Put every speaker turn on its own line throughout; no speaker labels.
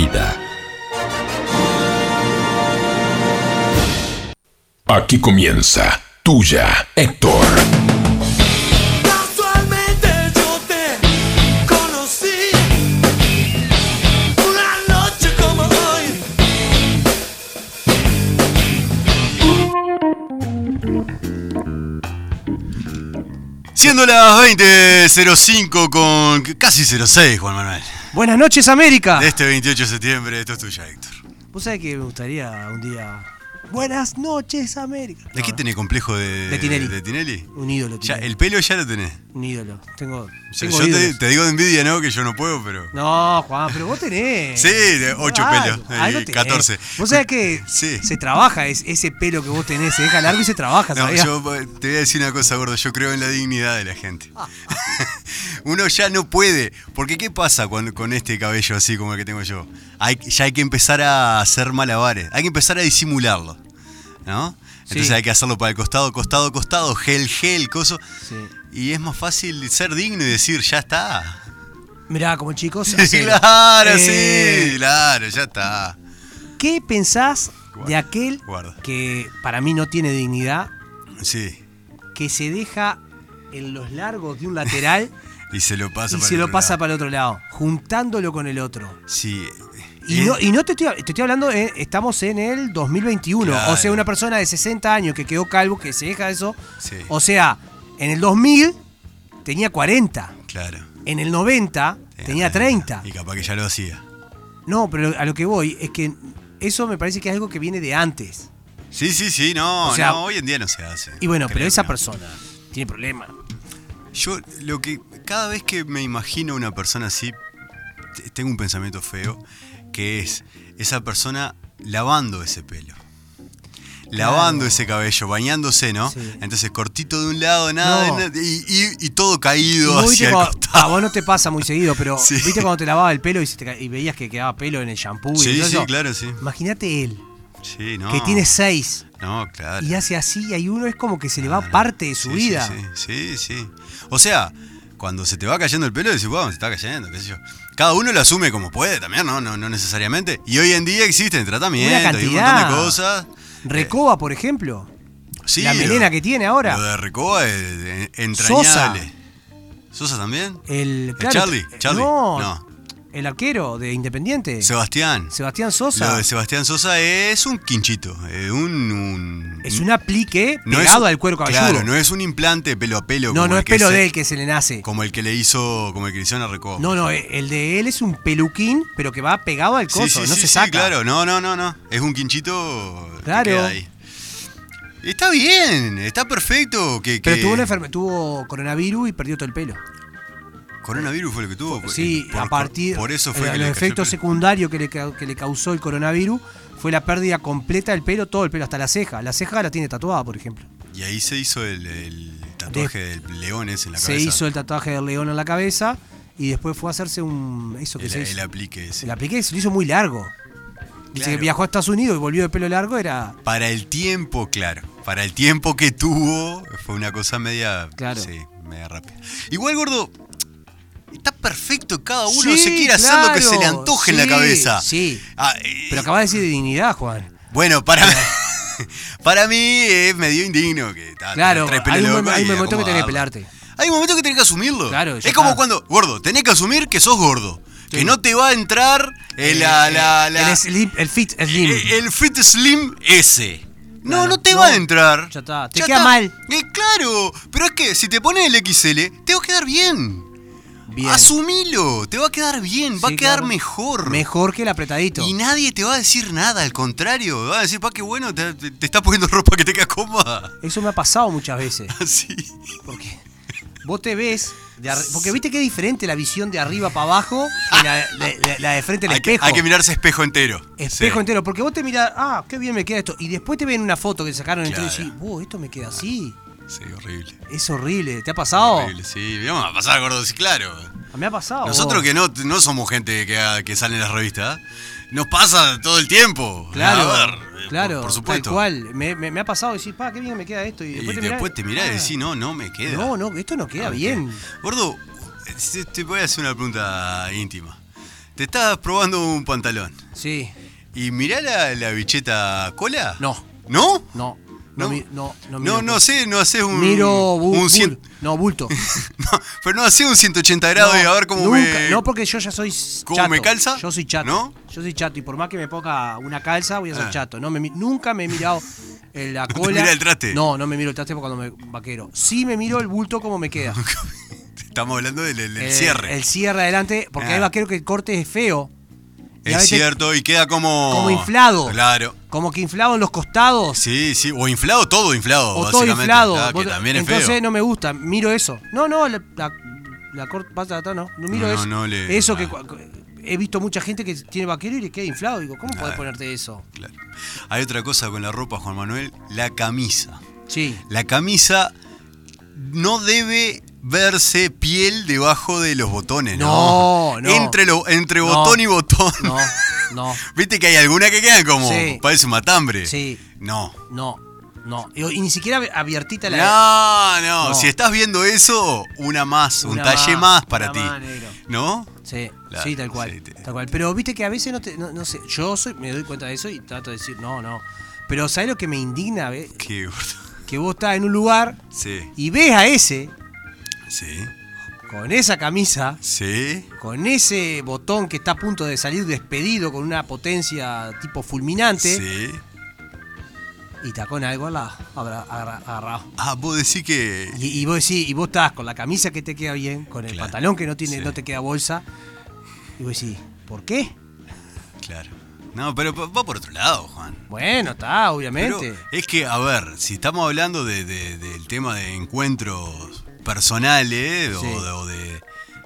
vida. Aquí comienza Tuya, Héctor.
Casualmente yo te conocí una noche como hoy.
Siendo las 20.05 con casi 06, Juan Manuel.
Buenas noches, América.
De este 28 de septiembre, esto es tuyo, Héctor.
¿Vos sabés que me gustaría un día. Buenas noches, América.
¿De qué
No,
tenés complejo de,
De Tinelli. Un ídolo,
Ya,
Tinelli.
el pelo ya lo tenés.
Un ídolo. Tengo.
Yo,
tengo
yo te,
ídolos.
te digo de envidia, ¿no? Que yo no puedo, pero.
No, Juan, pero vos tenés.
Sí, de ocho
Algo,
pelos,
algo
y
tenés.
14.
Vos sabés que
Sí.
se trabaja es- ese pelo que vos tenés, se deja largo y se trabaja,
No,
¿sabías?
yo eh, te voy a decir una cosa, gordo. Yo creo en la dignidad de la gente. Uno ya no puede. Porque, ¿qué pasa con, con este cabello así como el que tengo yo? Hay, ya hay que empezar a hacer malabares. Hay que empezar a disimularlo. ¿No? Entonces
Sí.
hay que hacerlo para el costado, costado, costado, gel, gel, coso.
Sí.
Y es más fácil ser digno y decir, ya está.
Mirá, como chicos.
Sí,
hacelo.
claro,
Eh,
sí, claro, ya está.
¿Qué pensás de
Guarda,
aquel
guarda.
que para mí no tiene dignidad,
Sí.
que se deja en los largos de un lateral
Y se lo pasa
y
para
se
el
lo
otro
pasa
lado.
para el otro lado, juntándolo con el otro?
Sí.
Y
Eh,
no, y no te, estoy, te estoy hablando, eh, estamos en el 2021.
Claro.
O sea, una persona de 60 años que quedó calvo, que se deja eso.
Sí.
O sea, en el 2000 tenía 40.
Claro.
En el 90 tenía 30.
Y capaz que ya lo hacía.
No, pero a lo que voy es que eso me parece que es algo que viene de antes.
Sí, sí, sí, no,
O sea,
no, hoy en día no se hace.
Y bueno, pero
Creo
esa
que no.
persona tiene problema.
Yo, lo que. Cada vez que me imagino una persona así, te- tengo un pensamiento feo, que es esa persona lavando ese pelo. Lavando
Claro.
ese cabello, bañándose, ¿no?
Sí.
Entonces, cortito de un lado, nada,
No.
de na- y, y- y todo
Y
caído
vos viste
hacia el
cuando- a
costado.
ah, vos no te pasa muy seguido, pero
Sí.
viste cuando te lavaba el pelo y, se te ca- y veías que quedaba pelo en el shampoo. y
Sí,
todo
sí,
eso?
claro, sí.
Imagínate él,
Sí, no.
que tiene 6.
No, claro.
y hace así y hay uno es como que se le va parte de su
Sí, sí,
vida.
Sí, sí, sí. O sea, cuando se te va cayendo el pelo, decís, wow, se está cayendo, qué sé yo. Cada uno lo asume como puede también, ¿no? No, no necesariamente. Y hoy en día existen tratamientos y un montón
cantidad.
de cosas. Eh,
Recoba, por ejemplo,
Sí,
la
lo-
melena que tiene
Lo
ahora,
de Recoba es de- entrañable. Sosa. también?
el,
¿El
claro,
Charlie?
eh,
Charlie,
no,
no.
el arquero de Independiente,
Sebastián.
Sebastián
Lo
Sosa,
de Sebastián Sosa es un quinchito, eh, un, un-
es un aplique
no es
pegado
un-
al cuero cabelludo.
Claro, no es un implante pelo a pelo.
no,
como
no
el
es
que
pelo
se-
de él que se le nace.
Como el que le hizo, como el que le hicieron a Recoba.
No, no, eh, el de él es un peluquín, pero que va pegado al
Sí,
coso,
sí,
no
sí,
se
sí,
saca.
claro, no, no, no, no. Es un quinchito que
Claro.
queda ahí. Está bien, está perfecto. Que,
Pero
que-
tuvo una enferme- tuvo coronavirus y perdió todo el pelo.
Coronavirus fue lo que tuvo. por-
Sí,
por-
a partir
Por eso fue
eh,
que
los
le cayó el
efectos
pelo.
secundarios que le, ca- que le causó el coronavirus fue la pérdida completa del pelo, todo el pelo, hasta la ceja. La ceja la tiene tatuada, por ejemplo.
Y ahí se hizo el, el tatuaje del león ese en la
Se
cabeza.
hizo el tatuaje del león en la cabeza y después fue a hacerse un eso que
el,
se hizo.
el aplique ese.
El apliqué, se lo hizo muy largo. Dice
Claro.
que viajó a Estados Unidos y volvió de pelo largo, era
Para el tiempo, claro. Para el tiempo que tuvo, fue una cosa media.
Claro.
Sí, media rápida. Igual, gordo, está perfecto. Cada uno
Sí,
se quiere hacer lo que se le
claro,
antoje en la
sí,
cabeza.
sí.
Ah, eh,
pero acabas de decir de dignidad, Juan.
Bueno, para, para mí es medio indigno que ta-
Claro,
traes pelo
hay un
loco
mom- hay un
y
momento que tenés que
acomodarlo.
pelarte.
Hay un momento que tenés que asumirlo.
Claro, ya
es como
está.
cuando, gordo, tenés que asumir que sos gordo.
Sí.
Que no te va a entrar el, la,
Eh,
la-
eh,
la-
el, slim- el fit slim.
el- el fit slim ese. No,
Claro,
no te
no,
va a entrar.
ya está, te queda mal.
Eh, claro, pero es que si te pones el XL, te va a quedar bien.
Bien.
Asumilo, te va a quedar bien, va
Sí,
a quedar
claro.
mejor.
Mejor que el apretadito.
Y nadie te va a decir nada, al contrario, va a decir, pa, qué bueno, te, te, te estás poniendo ropa que te queda cómoda.
Eso me ha pasado muchas veces.
Así.
Porque vos te ves. de arri- porque viste que es diferente la visión de arriba para abajo y la, la- la- la de frente al
Hay que,
espejo. Eh.
hay que mirarse espejo entero.
Espejo
Sí.
entero, porque vos te mirás, ah, qué bien me queda esto. Y después te ven una foto que sacaron en el
Claro.
estudio y decís, vos, esto me queda así.
Sí, horrible.
Es horrible. ¿Te ha pasado?
Horrible, sí. Vamos a pasar, gordo, sí, claro.
Me ha pasado.
Nosotros
vos.
que no, no somos gente que, ah, que sale en las revistas, ¿eh? nos pasa todo el tiempo.
Claro,
A ver, eh, por-
claro,
por, supuesto.
Tal cual. Me, me- me ha pasado decir, pa, qué bien me queda esto. Y
Y
después,
después,
te,
te mirás
mirás, "Ah,
y decís, no, no me queda.
No, no, esto no queda
Ah,
bien.
ok. Gordo, te- te voy a hacer una pregunta íntima. Te estás probando un pantalón.
Sí.
¿Y mirá la, la bicheta cola?
No.
¿No?
No.
No.
No, mi- no, no, miro
No, no
cosas.
sé, no haces un.
Miro bu-
un
bul-
cien-
no, bulto.
No, pero no haces un 180 grados y a ver cómo
nunca,
me.
No, porque yo ya soy s-
¿Cómo
chato.
me calza?
Yo soy chato.
¿No?
Yo soy chato y por más que me ponga una calza, voy a ser
Ah.
chato. No me, mi- nunca me he mirado eh, la
te
cola.
mira el traste?
No, no me miro el traste porque cuando me vaquero. Sí me miro el bulto como me queda. Eh,
Estamos hablando del, del cierre.
El cierre adelante, porque
Ah.
hay vaquero que el corte es feo. y a
es
veces
cierto, y queda como.
Como inflado.
Oh, Claro.
Como que inflado en los costados.
Sí, sí. O inflado, todo inflado.
o todo
básicamente,
inflado.
ah,
Vos-
que también es
Entonces
feo.
no me gusta, miro eso. No, no, la, la, la cor- pata de atrás no. No miro
No,
eso.
no le-
eso
ah.
que cua- he visto mucha gente que tiene vaquero y le queda inflado. Digo, ¿cómo podés ponerte eso?
Claro. Hay otra cosa con la ropa, Juan Manuel, la camisa.
Sí.
La camisa no debe verse piel debajo de los botones, ¿no?
No, no.
Entre, lo- entre
No.
botón y botón.
No, no,
Viste que hay algunas que quedan como,
Sí.
parece un matambre.
Sí.
No.
no, no. Y, y ni siquiera abiertita la.
No, no,
No.
si estás viendo eso, una más, un
Una
talle más,
más,
para
una
ti.
más, eh. negro.
¿No?
Sí,
Claro,
sí, tal cual,
sí, te-
tal cual. Pero viste que a veces no te, no, no sé, yo soy, me doy cuenta de eso y trato de decir, no, no. Pero ¿sabes lo que me indigna? ve?
Qué gordo.
Que vos estás en un lugar
Sí,
y ves a ese
sí,
con esa camisa,
sí.
con ese botón que está a punto de salir despedido con una potencia tipo fulminante
Sí.
y está con algo al lado, abra- agarra- agarrado.
Ah, vos decís que.
Y, y vos decís, y vos estás con la camisa que te queda bien, con el
Claro,
pantalón que no tiene,
sí.
no te queda bolsa. Y vos decís, ¿por qué?
Claro. No, pero pa- va por otro lado, Juan.
Bueno, está,
Pero
obviamente.
es que, a ver, si estamos hablando de- de- del tema de encuentros personales
Sí.
o, de, o de-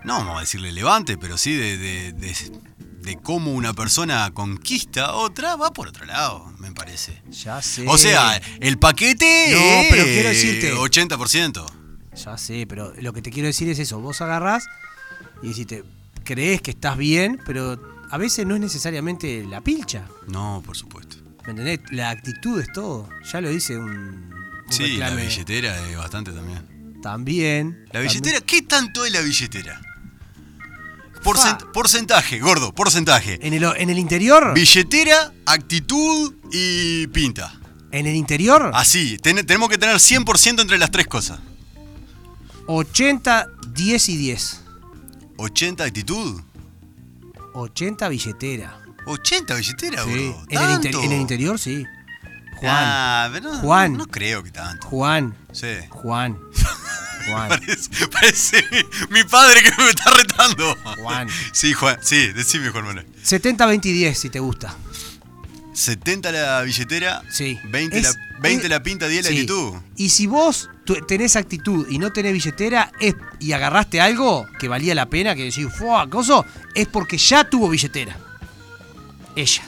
No vamos a decir relevante, pero sí de, de- de- de cómo una persona conquista a otra, va por otro lado, me parece.
Ya sé.
O sea, eh, el paquete.
No, pero
es
quiero decirte-
80%.
Ya sé, pero lo que te quiero decir es eso. Vos agarrás y decís, te- crees que estás bien, pero a veces no es necesariamente la pilcha.
No, por supuesto.
¿Me entendés? La actitud es todo. Ya lo dice un. un
Sí, la
reclame.
billetera es bastante también.
También.
La billetera, ¿qué tanto es la billetera? Porcent-
Fa.
porcentaje, gordo, porcentaje.
también. En el, en el interior.
Billetera, actitud y pinta.
En el interior.
Así, ten- tenemos que tener 100% entre las tres cosas.
80, 10 y 10.
80 actitud,
80 billetera.
80 billetera,
Sí.
gordo.
En el, inter-
¿Tanto?
en el interior, sí. Juan.
Ah, pero no,
Juan.
no creo que tanto.
Juan.
Sí.
Juan. Juan.
Parece, parece mi, mi padre que me está retando.
Juan.
Sí, Juan. Sí, decime, Juan Manuel.
70, 20 y 10 si te gusta.
70 la billetera.
Sí.
20,
Es-
la, 20
es-
la pinta, 10 la
sí.
actitud.
Y si vos tu- tenés actitud y no tenés billetera es, y agarraste algo que valía la pena, que decís, ¡fua, coso! Es porque ya tuvo billetera. Ella.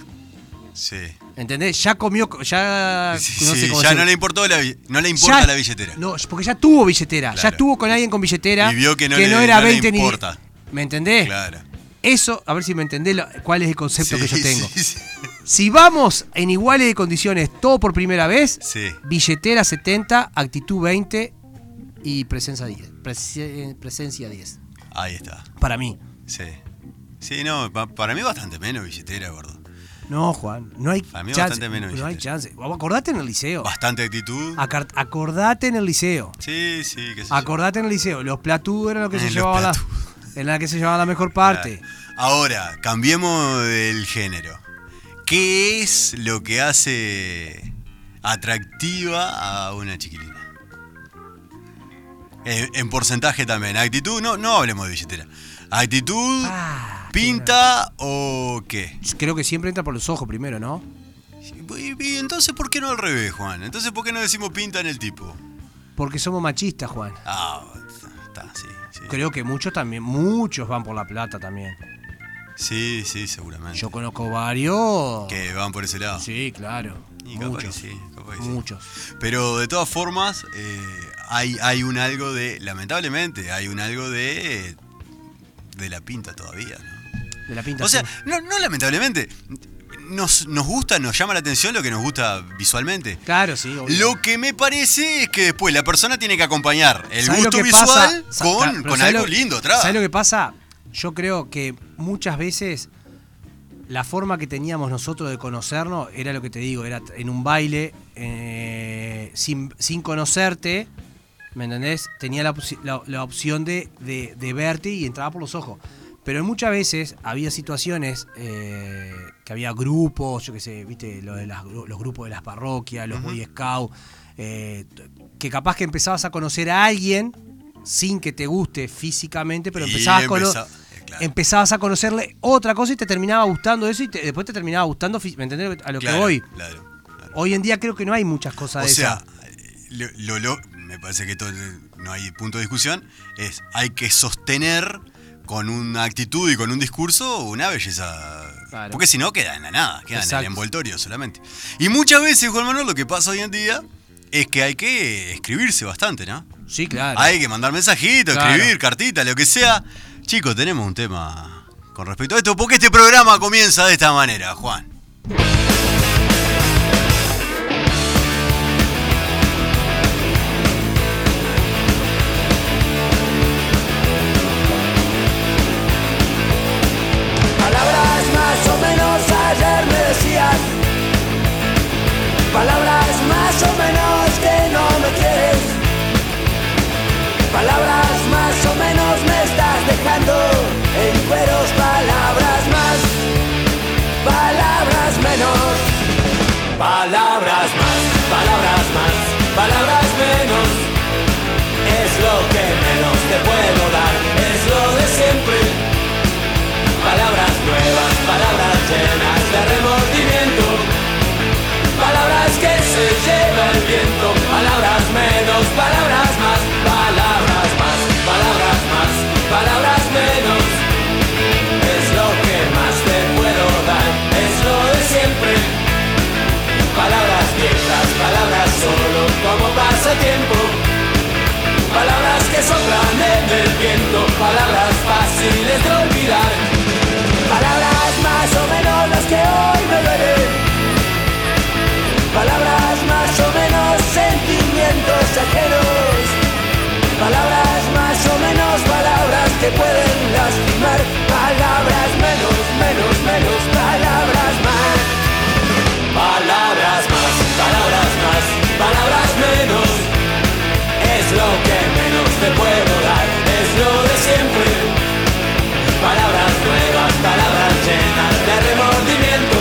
Sí.
¿Entendés? Ya comió, co- ya.
Sí,
Ah, no sé
sí,
cómo
ya
decir.
no le, importó la, bi- no le importa
Ya-
la billetera.
No, porque ya tuvo billetera.
Claro.
Ya estuvo con alguien con billetera.
Y vio que no le-
era
no le
20 ni-
importa.
¿Me entendés?
Claro.
Eso, a ver si me entendés lo- cuál es el concepto que yo
Sí,
tengo.
sí, sí.
Si vamos en iguales de condiciones, todo por primera vez,
Sí.
billetera 70, actitud 20 y presencia 10. Prese- presencia 10.
Ahí está.
Para mí.
Sí. Sí, no, pa- para mí bastante menos billetera, gordo.
No, Juan, no hay
Para mí
chance.
bastante menos
no hay
billetera.
chance. Acordate en el liceo.
Bastante actitud.
Acar- acordate en el liceo.
Sí, sí, qué sé yo.
Acordate en el liceo. Los platú eran los que
Eh,
se
los
llevaban la,
platú.
en la que se llevaban la mejor parte.
Ahora, cambiemos el género. ¿Qué es lo que hace atractiva a una chiquilina? En, en porcentaje también. Actitud, no, no hablemos de billetera. Actitud,
Ah,
pinta o qué.
Creo que siempre entra por los ojos primero, ¿no?
Y, y entonces, ¿por qué no al revés, Juan? Entonces, ¿por qué no decimos pinta en el tipo?
Porque somos machistas, Juan.
Ah, está, sí, sí.
Creo que muchos también, muchos van por la plata también.
Sí, sí, seguramente.
Yo conozco varios.
Que van por ese lado.
Sí, claro.
Y capaz que
muchos.
sí, capaz que sí.
muchos.
Pero de todas formas, eh, hay, hay un algo de. Lamentablemente, hay un algo de. de la pinta todavía, ¿no?
De la pinta.
O sea,
sí.
no, no lamentablemente. Nos, nos gusta, nos llama la atención lo que nos gusta visualmente.
claro, sí. obvio.
Lo que me parece es que después la persona tiene que acompañar el
¿Sabés lo
gusto
que
visual
pasa? Sa-
con,
pero
con
¿sabés
algo
lo-
lindo atrás.
¿Sabes lo que pasa? yo creo que muchas veces la forma que teníamos nosotros de conocernos era lo que te digo, era en un baile, eh, sin, sin conocerte, ¿me entendés? Tenía la, opci- la- la opción de, de- de verte y entraba por los ojos. Pero muchas veces había situaciones eh, que había grupos, yo qué sé, viste, lo de las gru- los grupos de las parroquias, los Boy Scouts, eh, t- que capaz que empezabas a conocer a alguien sin que te guste físicamente, pero
Y
empezabas, a cono-
empeza- eh, claro.
empezabas a conocerle otra cosa y te terminaba gustando eso y te- después te terminaba gustando, fí- ¿me entendés a lo
Claro,
que voy?
claro, claro.
Hoy en día creo que no hay muchas cosas
O
de
sea,
esas.
lo, lo- lo- me parece que todo, no hay punto de discusión. Es hay que sostener con una actitud y con un discurso una belleza.
Claro.
Porque si no, queda en la nada, queda en
Exacto.
el envoltorio solamente. Y muchas veces, Juan Manuel, lo que pasa hoy en día es que hay que escribirse bastante, ¿no?
Sí, claro.
Hay que mandar mensajitos,
Claro.
escribir, cartita, lo que sea. Chicos, tenemos un tema con respecto a esto, porque este programa comienza de esta manera, Juan.
Palabras más o menos ayer me decías Palabras más o menos que no me quieres Palabras más o menos me estás dejando en cueros Palabras más, palabras menos Palabras más, palabras más, palabras menos Es lo que menos te puedo dar, es lo de siempre Palabras nuevas, palabras llenas de remordimiento. Palabras que se lleva el viento. Palabras menos, palabras más. Palabras más, palabras más, palabras menos. Es lo que más te puedo dar, es lo de siempre. Palabras viejas, palabras solo como pasatiempo. Palabras que soplan en el viento, palabras fáciles de olvidar. Palabras más o menos las que hoy me duelen. Palabras más o menos sentimientos ajenos. Palabras más o menos palabras que pueden lastimar. Palabras menos, menos, menos, palabras más. Palabras más, palabras más, palabras menos. Es lo que menos te puedo dar, es lo de siempre. Palabras nuevas, palabras llenas de remordimiento.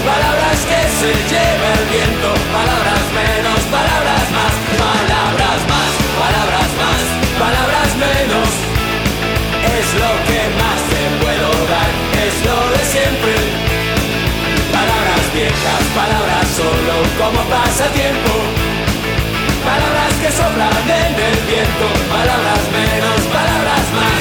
Palabras que se lleva el viento, palabras menos, palabras más, palabras más, palabras más, palabras menos. Es lo que más te puedo dar, es lo de siempre. Palabras viejas, palabras solo como pasatiempo. Palabras que sobran en el viento, palabras menos, palabras más.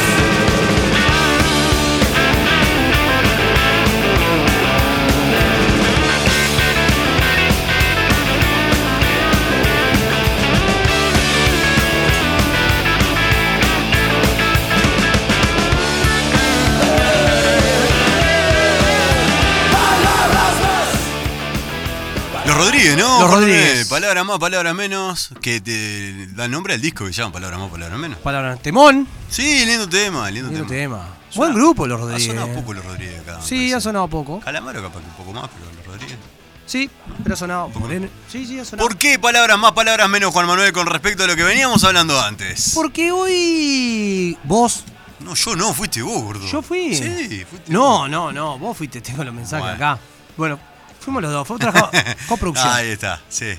Los Rodríguez, ¿no?
Los
Juan Manuel,
Rodríguez.
Palabra más, palabra menos, que te da nombre al disco que se llama Palabra más, palabra menos.
Palabras. Temón.
Sí, lindo tema, lindo,
Lindo
tema.
tema. Buen grupo los Rodríguez. eh.
Ha sonado poco los Rodríguez acá. me
Sí,
parece.
ha sonado poco.
Calamaro capaz que un poco más, pero los Rodríguez.
Sí, pero ha sonado. Moreno. Sí, sí, ha sonado.
¿Por qué palabras más, palabras menos, Juan Manuel, con respecto a lo que veníamos hablando antes?
Porque hoy vos.
No, yo no, fuiste vos, gordo.
Yo fui.
Sí, fuiste
No,
vos.
no, no. Vos fuiste, tengo los mensajes
Bueno.
acá. Bueno, fuimos los dos. Fue otra co- coproducción.
Ahí está, sí.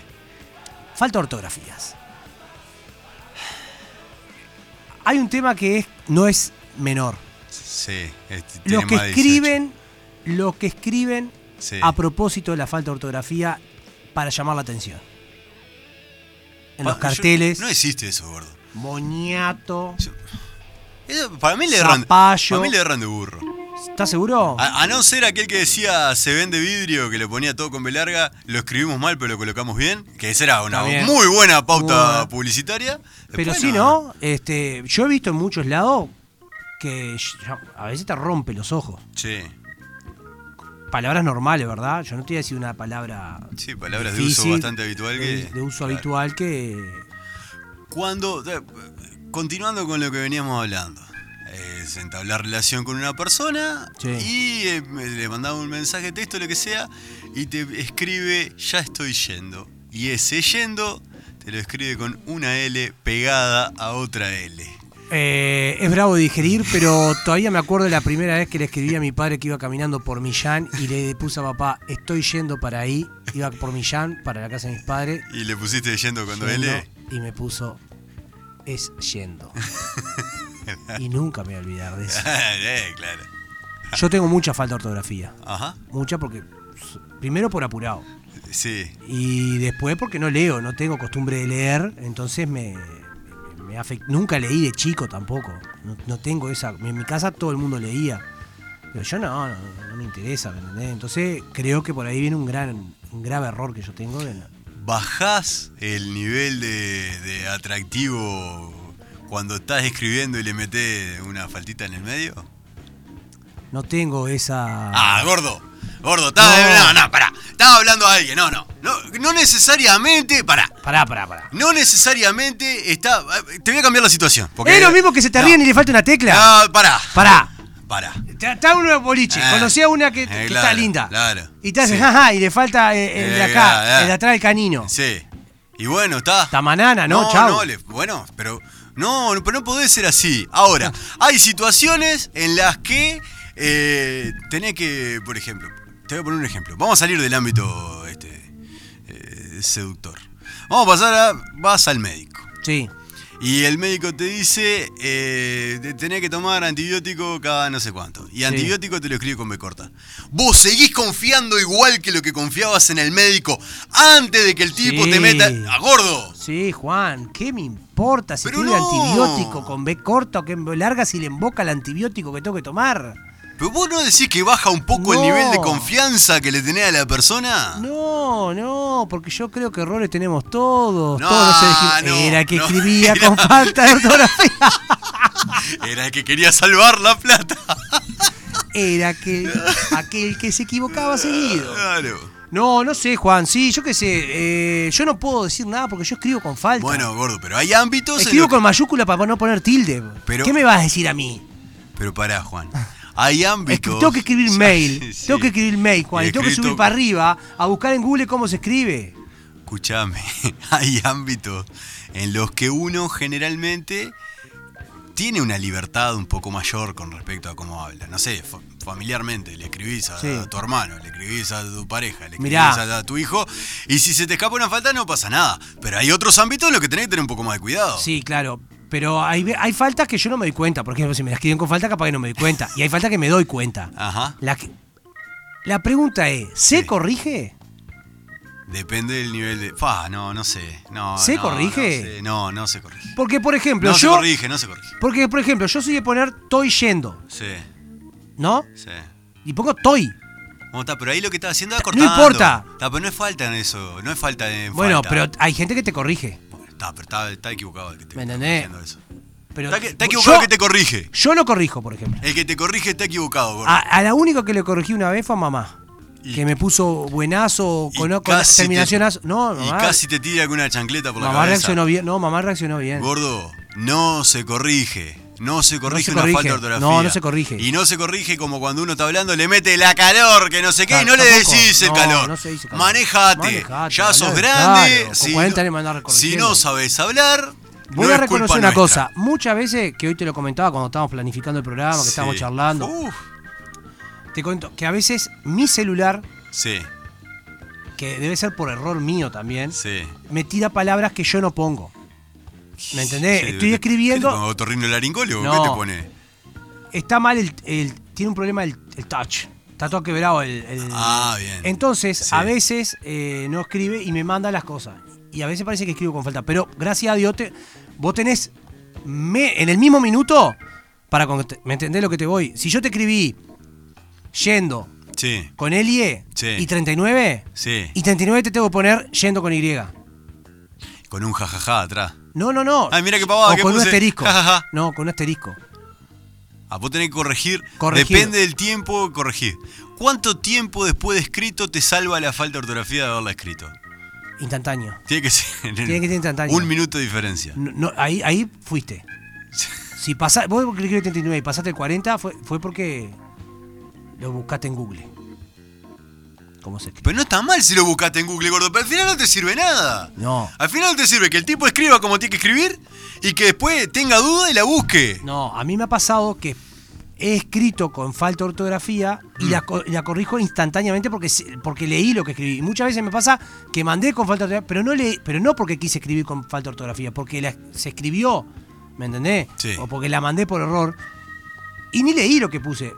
Falta ortografías. Hay un tema que es, no es menor.
Sí. este, tiene
Los que
más de 18.
escriben, los que escriben
Sí.
a propósito de la falta de ortografía para llamar la atención. En los
Pa- yo-
carteles.
no existe eso, gordo.
Moñato.
Eso, para mí le erran.
Zapallo.
Para mí le erran de burro.
¿Estás seguro?
A, a no ser aquel que decía se vende vidrio, que lo ponía todo con B larga, lo escribimos mal pero lo colocamos bien, que esa era una
Está bien.
muy buena pauta
Muy buena.
publicitaria.
Pero
Después,
sí, ¿no? Este, yo he visto en muchos lados que ya- a veces te rompe los ojos.
Sí,
Palabras normales, ¿verdad? Yo no te voy a decir una palabra.
sí, palabras de
difícil, eh,
uso bastante habitual que...
De, de uso
Claro.
habitual que.
Cuando, eh, continuando con lo que veníamos hablando, eh, es entablar relación con una persona
Sí.
y eh, me- le mandaba un mensaje de texto, lo que sea, y te escribe, ya estoy yendo. Y ese yendo te lo escribe con una L pegada a otra L.
Eh, es bravo de digerir, pero todavía me acuerdo de la primera vez que le escribí a mi padre que iba caminando por Millán y le puse a papá, estoy yendo para ahí, iba por Millán, para la casa de mis padres,
Y le pusiste yendo cuando
yendo,
L.
y me puso, es yendo. y nunca me voy a olvidar de eso.
Eh, claro.
Yo tengo mucha falta de ortografía,
Ajá.
mucha porque, primero por apurado,
Sí.
y después porque no leo, no tengo costumbre de leer, entonces me, me afect- Nunca leí de chico tampoco, no, no tengo esa... En mi casa todo el mundo leía, pero yo no, no, no me interesa, ¿me entendés? Entonces creo que por ahí viene un gran un grave error que yo tengo. de no-
¿Bajás el nivel de, de atractivo cuando estás escribiendo y le metés una faltita en el medio?
No tengo esa...
Ah, gordo. Gordo, estaba. No,
No.
no, pará. Estaba hablando a alguien. No, no. No, no necesariamente. Pará.
Pará, pará, pará.
No necesariamente está. eh, Te voy a cambiar la situación. Porque,
es lo mismo que se te
No.
ríen y le falta una tecla.
No, pará.
Pará.
Pará.
Está- Está uno de boliche,
Ah.
conocí a una que,
Eh,
que
claro,
está linda.
claro.
Y te haces,
Sí.
jaja, y le falta eh, el, de
Eh,
acá,
claro, eh.
el de atrás del canino.
Sí. Y bueno, está.
Está manana, Ah, ¿no?
No,
Chau.
no, le- bueno, pero. No, no, pero no podés ser así. Ahora, hay situaciones en las que eh, tenés que, por ejemplo, te voy a poner un ejemplo. Vamos a salir del ámbito este, eh, seductor. Vamos a pasar a. Vas al médico.
Sí.
Y el médico te dice, eh, te- tenés que tomar antibiótico cada no sé cuánto. Y antibiótico te lo escribe con B corta. Vos seguís confiando igual que lo que confiabas en el médico antes de que el tipo
Sí.
te meta a gordo.
Sí, Juan, ¿qué me importa si
Pero
tiene
no.
antibiótico con B corta o que en B larga si le emboca el antibiótico que tengo que tomar?
Pero vos no decís que baja un poco el
No.
nivel de confianza que le tenés a la persona.
No, no, porque yo creo que errores tenemos todos.
No,
todos nos elegimos-
no,
era que
no,
escribía
era-
con falta de ortografía.
Era el que quería salvar la plata.
Era que aquel que se equivocaba seguido.
Claro.
No, no sé, Juan, sí, yo qué sé. eh, yo no puedo decir nada porque yo escribo con falta.
Bueno, gordo, pero hay ámbitos... en
escribo
los que-
con mayúscula para no poner tilde.
Pero-
¿Qué me vas a decir a mí?
Pero pará, Juan. Hay ámbitos...
Es que tengo que escribir
Sí,
mail.
sí.
Tengo que escribir mail, Juan.
Y
Y tengo que
escrito-
subir para arriba a buscar en Google cómo se escribe.
Escuchame, hay ámbitos en los que uno generalmente tiene una libertad un poco mayor con respecto a cómo habla. No sé, fa- familiarmente le escribís a,
Sí.
tu hermano, le escribís a tu pareja, le escribís
Mirá.
a, a tu hijo, y si se te escapa una falta no pasa nada. Pero hay otros ámbitos en los que tenés que tener un poco más de cuidado.
Sí, claro. Pero hay, ve- hay faltas que yo no me doy cuenta. Por ejemplo, si me las escriben con falta, capaz que no me doy cuenta. Y hay faltas que me doy cuenta.
Ajá.
La, que- la pregunta es, ¿se
Ah. Sí.
corrige?
Depende del nivel de. Fa, no, no sé. No,
¿Se
no,
corrige?
No, sé. no, no se corrige.
Porque, por ejemplo,
No se
yo...
corrige, no se corrige.
Porque, por ejemplo, yo soy de poner estoy yendo,
Sí,
¿no?
sí.
Y pongo estoy.
Bueno, está, pero ahí lo que está haciendo es
Ta-
cortando.
no importa.
Está, pero no es falta en eso. No es falta en.
Bueno,
falta.
pero hay gente que te corrige.
Bueno, Está, pero está, está equivocado el que te
¿Me
está
entendés?
diciendo eso.
Pero
Está, que- está
yo-
equivocado el que te corrige.
Yo no corrijo, por ejemplo.
El que te corrige está equivocado, gordo.
A, a la única que le corregí una vez fue a mamá.
Y-
que me puso buenazo,
Y
con, con
casi te-
terminación as- No,
Y
mamá.
casi te tira alguna chancleta por la
mamá
cabeza.
reaccionó bien. No, mamá reaccionó bien.
Gordo, no se corrige. No se corrige una
corrige.
falta de ortografía.
No, no se corrige.
Y no se corrige como cuando uno está hablando, le mete la calor, que no sé qué,
Claro,
y no le
tampoco.
decís el
No,
calor.
no se dice calor.
Manejate.
Manejate,
Ya
hablá
sos
de-
grande.
claro, con
si,
40 le mandás
no, si
corrigiendo.
no sabes hablar,
Voy
no
a
es culpa
reconocer una
nuestra.
cosa. Muchas veces, que hoy te lo comentaba cuando estábamos planificando el programa, que
Sí. Uh.
estábamos charlando,
Uf,
te cuento que a veces mi celular,
sí,
que debe ser por error mío también,
sí.
me tira palabras que yo no pongo. ¿Me entendés?
Sí,
Estoy
¿qué-
escribiendo.
¿Qué te otorrino laringólogo?
No.
¿Qué te pone?
está mal el, el- tiene un problema el, el touch. Está todo quebrado el. el-
Ah, bien.
Entonces,
Sí.
a veces eh, no escribe y me manda las cosas. Y a veces parece que escribo con falta. Pero gracias a Dios, te- vos tenés me- en el mismo minuto para. con- ¿Me entendés lo que te voy? Si yo te escribí yendo
Sí,
con Elie
Sí.
y 39,
sí.
y 39 te tengo que poner yendo con Y.
Con un jajaja atrás.
No, no, no.
Ay, mira qué pavada
O
que
con un
puse.
asterisco.
Ja, ja, ja.
No, con un asterisco.
Ah, vos tenés que corregir.
Corregir.
Depende del tiempo, corregir. ¿Cuánto tiempo después de escrito te salva la falta de ortografía de haberla escrito?
Instantáneo.
Tiene que ser.
Tiene que ser instantáneo.
Un minuto de diferencia.
No, no, ahí, ahí fuiste. Si pasaste, vos cliqué el 39 y pasaste el 40, fue, fue porque lo buscaste en Google. ¿Cómo se escribe?
Pero no está mal si lo buscaste en Google, gordo. Pero al final no te sirve nada.
No.
Al final no te sirve que el tipo escriba como tiene que escribir y que después tenga duda y la busque.
No, a mí me ha pasado que he escrito con falta de ortografía y la, co- la corrijo instantáneamente porque, se- porque leí lo que escribí. Y muchas veces me pasa que mandé con falta de ortografía, pero no, leí, pero no porque quise escribir con falta de ortografía, porque la- se escribió, ¿me entendés?
Sí.
O porque la mandé por error y ni leí lo que puse.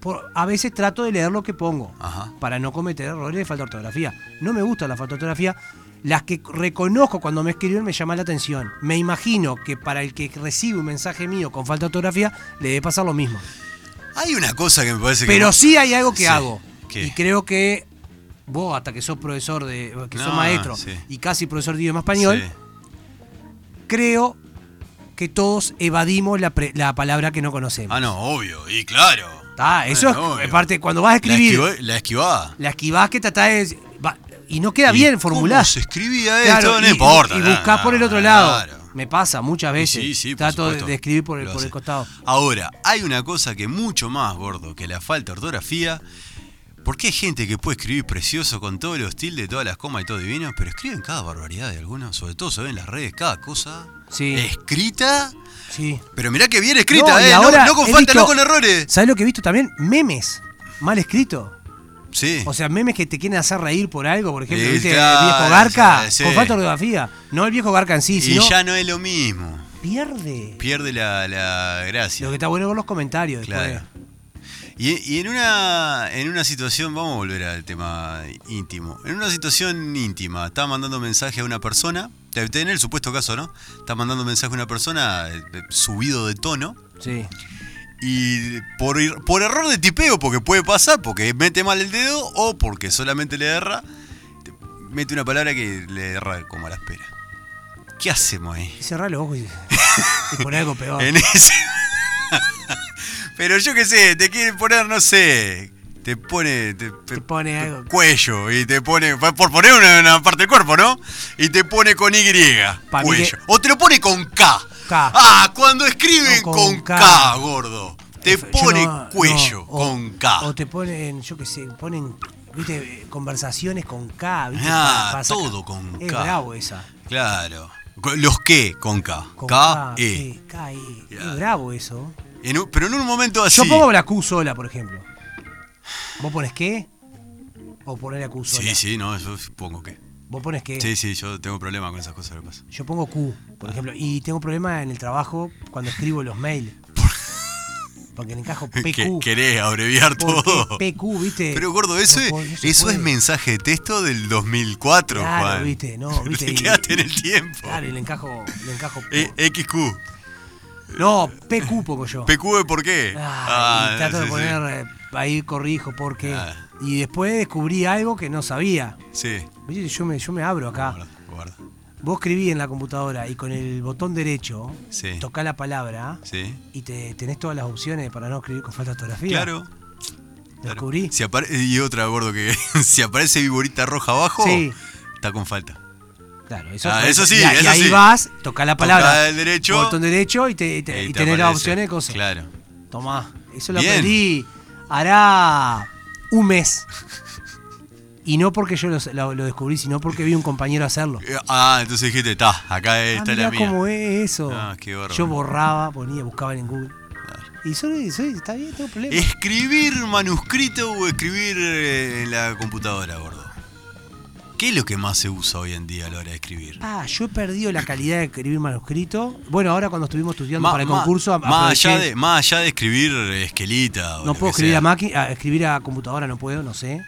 Por- a veces trato de leer lo que pongo
Ajá.
para no cometer errores de falta de ortografía. No me gusta la falta de ortografía. Las que reconozco cuando me escriben me llama la atención. Me imagino que para el que recibe un mensaje mío con falta de ortografía le debe pasar lo mismo.
Hay una cosa que me parece que.
Pero sí hay algo que
Sí.
hago.
¿Qué?
Y creo que vos, hasta que sos profesor de. que sos
No,
maestro
sí.
y casi profesor de idioma español,
Sí.
creo que todos evadimos la, pre- la palabra que no conocemos.
Ah, no, obvio. Y claro.
Está, Ah, eso
Bueno,
es
obvio.
parte, cuando vas a
La,
escribir,
esquivó- la esquivás.
la esquivás que tratás de. va- y no queda
¿Y
bien
¿Cómo
formulada.
se escribía
Claro,
esto? No
y,
importa.
y
nada,
buscás por el otro lado.
claro.
Me pasa muchas veces.
Sí, sí, por
Trato de,
supuesto.
de escribir por el,
Lo
por el
hace.
costado.
Ahora, hay una cosa que mucho más gordo que la falta de ortografía. Porque hay gente que puede escribir precioso con todos los tildes, todas las comas y todo divino, pero escriben cada barbaridad de algunos, sobre todo se ven en las redes cada cosa
Sí.
escrita,
Sí.
pero mirá que bien Eh, escrita,
No, y
eh, no-
ahora
no, con
he
falta, no
visto-
con errores.
¿Sabes lo que he visto también? Memes. Mal escrito.
Sí.
O sea, memes que te quieren hacer reír por algo, por ejemplo,
Sí,
¿viste?
claro,
el viejo Garca,
sí.
con falta de ortografía. No el viejo Garca en sí,
y
sino
ya no es lo mismo.
pierde.
Pierde la, la gracia.
Lo que está bueno es ver los comentarios. después.
Claro. Y, y en una en una situación, vamos a volver al tema íntimo. En una situación íntima, está mandando mensaje a una persona, en el supuesto caso, ¿no? Está mandando mensaje a una persona eh, eh, subido de tono
Sí.
y por, ir- por error de tipeo, porque puede pasar, porque mete mal el dedo o porque solamente le erra, te- mete una palabra que le erra como a la espera. ¿Qué hacemos ahí?
Y cerrar los ojos y, y poner algo peor.
En ese- Pero yo qué sé, te quiere poner, no sé. Te pone. Te, te-
pone
te-
algo.
Cuello. Y te pone. fue Por poner una, una parte del cuerpo, ¿no? Y te pone con Y.
Pa' mí
cuello.
que-
O te lo pone con K.
K.
Ah, cuando escriben
No,
con,
con
K,
K.
gordo. Te
Eh, yo
pone
no-
cuello
no, o-
con K.
O te ponen, yo qué sé, ponen, viste, eh, conversaciones con K, viste.
Ah,
sacar-
todo con
es
K.
bravo esa.
Claro. Los que con K.
Con
K, E.
sí, K, E.
Ya.
Es bravo eso.
En un- pero en un momento así.
Yo pongo la Q sola, por ejemplo. ¿Vos pones qué? ¿O poner la Q sola?
Sí, sí, no, yo pongo que.
¿Vos pones qué?
Sí, Ah. sí, yo tengo problema con esas cosas, lo que pasa.
Yo pongo Q, por ejemplo, y tengo problema en el trabajo cuando escribo los mails. Porque le encajo PQ.
Que, querés abreviar
¿Por qué
todo.
PQ, viste?
Pero gordo, eso,
No po- no
es,
se
eso es
puede.
mensaje de texto del 2004,
Claro,
Juan.
viste, no, viste,
Te
y-
quedaste en el tiempo.
Claro, y le encajo, le encajo Q.
Eh, XQ.
No, PQ pongo yo.
PQ de por qué.
Ah, y trato
sí,
de
sí.
poner, eh, ahí corrijo, porque...
Ah.
Y después descubrí algo que no sabía.
Sí.
Viste, Yo me, yo me abro acá.
Guarda, guarda.
Vos escribís en la computadora y con el botón derecho
Sí.
tocá la palabra
Sí.
y te tenés todas las opciones para no escribir con falta de ortografía.
Claro.
¿Lo
claro.
descubrí?
Si apare- y otra, gordo, que si aparece viborita roja abajo,
Sí.
está con falta.
Claro, eso,
Ah, eso sí,
y, ahí-
eso
y ahí
sí.
vas, tocá la palabra.
Tocá el derecho.
Botón derecho y, te, y te-
Ahí
y
te
tenés las
aparece.
opciones de cosas.
Claro.
Tomá. Eso lo
Bien.
aprendí. Hará un mes. Y no porque yo lo, lo- lo descubrí, sino porque vi un compañero hacerlo.
Eh, Ah, entonces dijiste, está, acá
Ah,
está
mirá
la mía.
cómo es eso.
Ah, qué bárbaro.
yo borraba, ponía, buscaba en Google. Y solo, y solo- está bien, tengo problema.
¿Escribir manuscrito o escribir eh, en la computadora, gordo? ¿Qué es lo que más se usa hoy en día a la hora de escribir?
Ah, yo he perdido la calidad de escribir manuscrito. Bueno, ahora cuando estuvimos estudiando
Ma-
para el
ma-
concurso, a-
más, allá
aproveché.
de, más allá de escribir eh, esquelita. o
no
lo
puedo
que
escribir
sea.
a máquina, a- escribir a computadora, no puedo, no sé.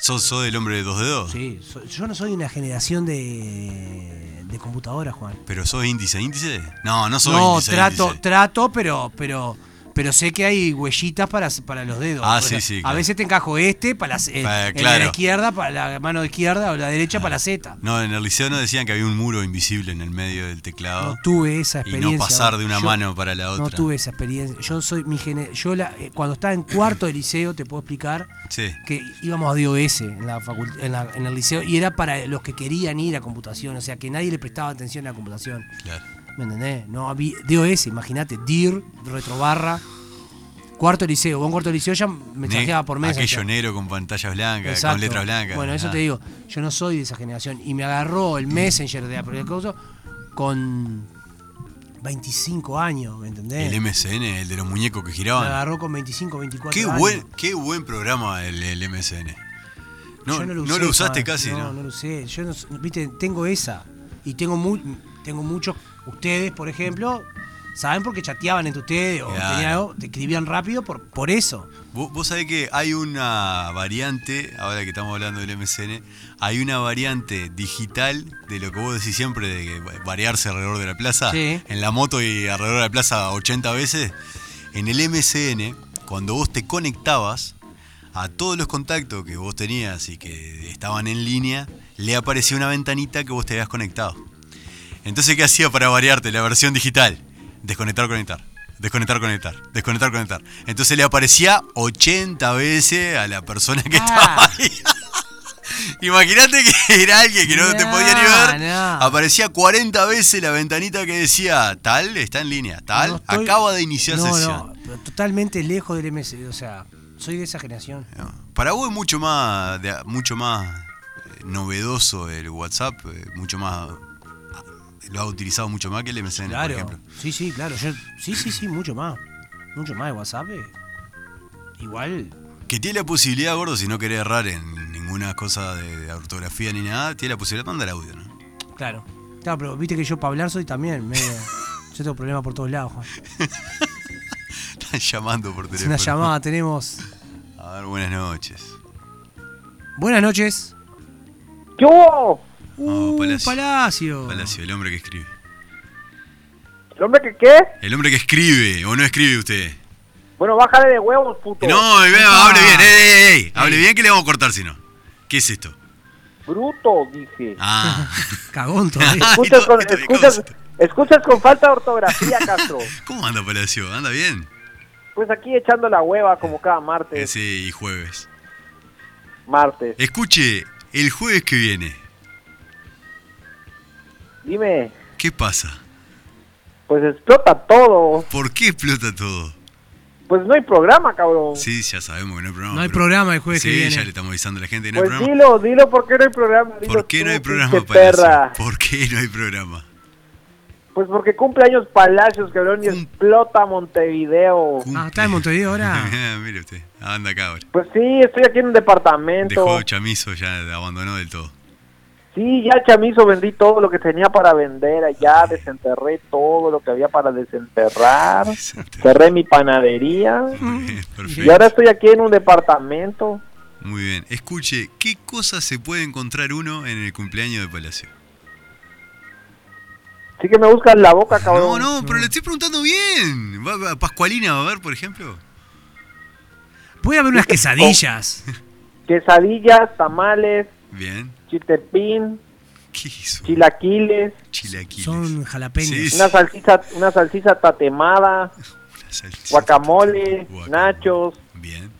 ¿Sos, sos del hombre de dos dedos?
Sí, so- yo no soy una generación de, de computadora, Juan.
¿Pero sos índice índice? No, no sos
No,
índice
trato,
índice.
trato, pero, pero, pero sé que hay huellitas para, para los dedos.
Ah,
O
sí,
sea,
sí,
A
claro.
veces te encajo este para la, el-
Ah,
el de
claro. Ah.
la izquierda, para la mano izquierda o la derecha para la Z.
No, en el liceo nos decían que había un muro invisible en el medio del teclado.
No tuve esa
Ah. y
experiencia.
no pasar de una
Yo-
mano para la otra.
No tuve esa experiencia. Yo soy mi gene- yo la- eh, cuando estaba en cuarto de liceo te puedo explicar
Sí.
que íbamos a DOS en la facult- en, la- en el liceo y era para los que querían ir a computación, o sea que nadie le prestaba atención a la computación.
Claro.
¿Me entendés? No había. DOS, imagínate, DIR, retrobarra. Cuarto liceo. Con cuarto liceo ya me chateaba por mes.
Aquello negro con pantallas blancas,
Exacto.
con letras blancas.
Bueno, eso
Ah.
te digo, yo no soy de esa generación. Y me agarró el Messenger de Apple Coso con 25 años, ¿me entendés?
El MSN, el de los muñecos que
Eh. me
giraban.
agarró con 25, 24
Qué
años.
buen, qué buen programa el, el MSN. No,
Yo
no
usé,
lo usaste
Juan.
casi,
no,
¿no?
lo usé. Yo no, viste, tengo esa. Y tengo mu- tengo muchos, ustedes, por ejemplo, saben porque chateaban entre ustedes o
Claro.
tenían algo, te escribían rápido por, por eso.
Vos, vos sabés que hay una variante, ahora que estamos hablando del MSN, hay una variante digital de lo que vos decís siempre, de que va- variarse alrededor de la plaza,
Sí.
en la moto y alrededor de la plaza 80 veces. En el MSN, cuando vos te conectabas, a todos los contactos que vos tenías y que estaban en línea, le aparecía una ventanita que vos te habías conectado. Entonces, ¿qué hacía para variarte la versión digital? Desconectar, conectar. Desconectar, conectar. Desconectar, conectar. Entonces le aparecía 80 veces a la persona que
Ah.
estaba ahí. Imagínate que era alguien que no, te
No,
podía ni ver.
no.
Aparecía 40 veces la ventanita que decía, tal, está en línea, tal,
No estoy-
acaba de iniciar
no,
sesión.
No, pero totalmente lejos del MS. O sea, soy de esa generación.
Ah, Para vos es mucho más, de- mucho más eh, novedoso el WhatsApp, eh, mucho más... Lo has utilizado mucho más que el MSN, por
Claro.
ejemplo.
Sí, sí, claro. Yo, sí, sí, sí, mucho más. Mucho más de WhatsApp. eh. Igual.
Que tiene la posibilidad, gordo, si no querés errar en ninguna cosa de, de ortografía ni nada, tiene la posibilidad de mandar audio, ¿no?
Claro. Claro, pero viste que yo para hablar soy también medio. Yo tengo problemas por todos lados, Juan.
Están llamando por
Es
teléfono.
una llamada, tenemos.
A ver, buenas noches.
Buenas noches.
¿Qué hubo?
Oh,
Uh,
Palacio.
Palacio.
Palacio, el hombre que escribe.
¿El hombre que qué?
El hombre que escribe, o no escribe usted.
Bueno, bájale de huevos, puto.
No,
Oh.
bebé, hable bien,
Ah.
eh, ey, ey, ey, ey. Hable bien que le vamos a cortar si no. ¿Qué es esto?
Bruto, dije.
Ah.
Cagón todavía.
Ay,
Escuchas
no,
con,
esto me
escuchas,
causa-
escuchas con falta de ortografía, Castro.
¿Cómo anda Palacio? ¿Anda bien?
Pues aquí echando la hueva como cada
Eh,
martes.
Sí, y jueves.
Martes.
Escuche, el jueves que viene,
Dime,
¿qué pasa?
pues explota todo.
¿Por qué explota todo?
Pues no hay programa, cabrón.
Sí, ya sabemos que no hay programa.
No hay
pero-
programa el jueves
sí,
que viene.
ya le estamos avisando a la gente que no hay
Pues
programa.
dilo, dilo por qué no hay programa. dilo
¿Por qué
tú,
no hay programa,
pinche
Palacio?
perra.
¿Por qué no hay programa?
Pues porque cumpleaños Palacios, cabrón, y
Cum-
explota Montevideo.
Ah, está en Montevideo ahora.
Ah, Mire usted, anda acá ahora.
Pues sí, estoy aquí en un departamento.
Dejó chamizo, ya abandonó del todo.
Sí, ya chamizo, vendí todo lo que tenía para vender allá, desenterré todo lo que había para desenterrar, cerré mi panadería
Muy bien,
y
perfecto.
ahora estoy aquí en un departamento.
Muy bien. Escuche, ¿qué cosas se puede encontrar uno en el cumpleaños de Palacio?
Sí que me buscas la boca,
No,
cabrón.
no, pero le estoy preguntando bien. ¿Va, va- Pascualina va a ver, por ejemplo?
Puede haber
Oh,
unas quesadillas.
Quesadillas, tamales,
Bien.
chitepín,
¿Qué hizo?
chilaquiles,
Chilaquiles.
Son jalapeños.
Sí, sí.
una salsita, una salsita tatemada,
Salsa-
guacamole, nachos,
Bien.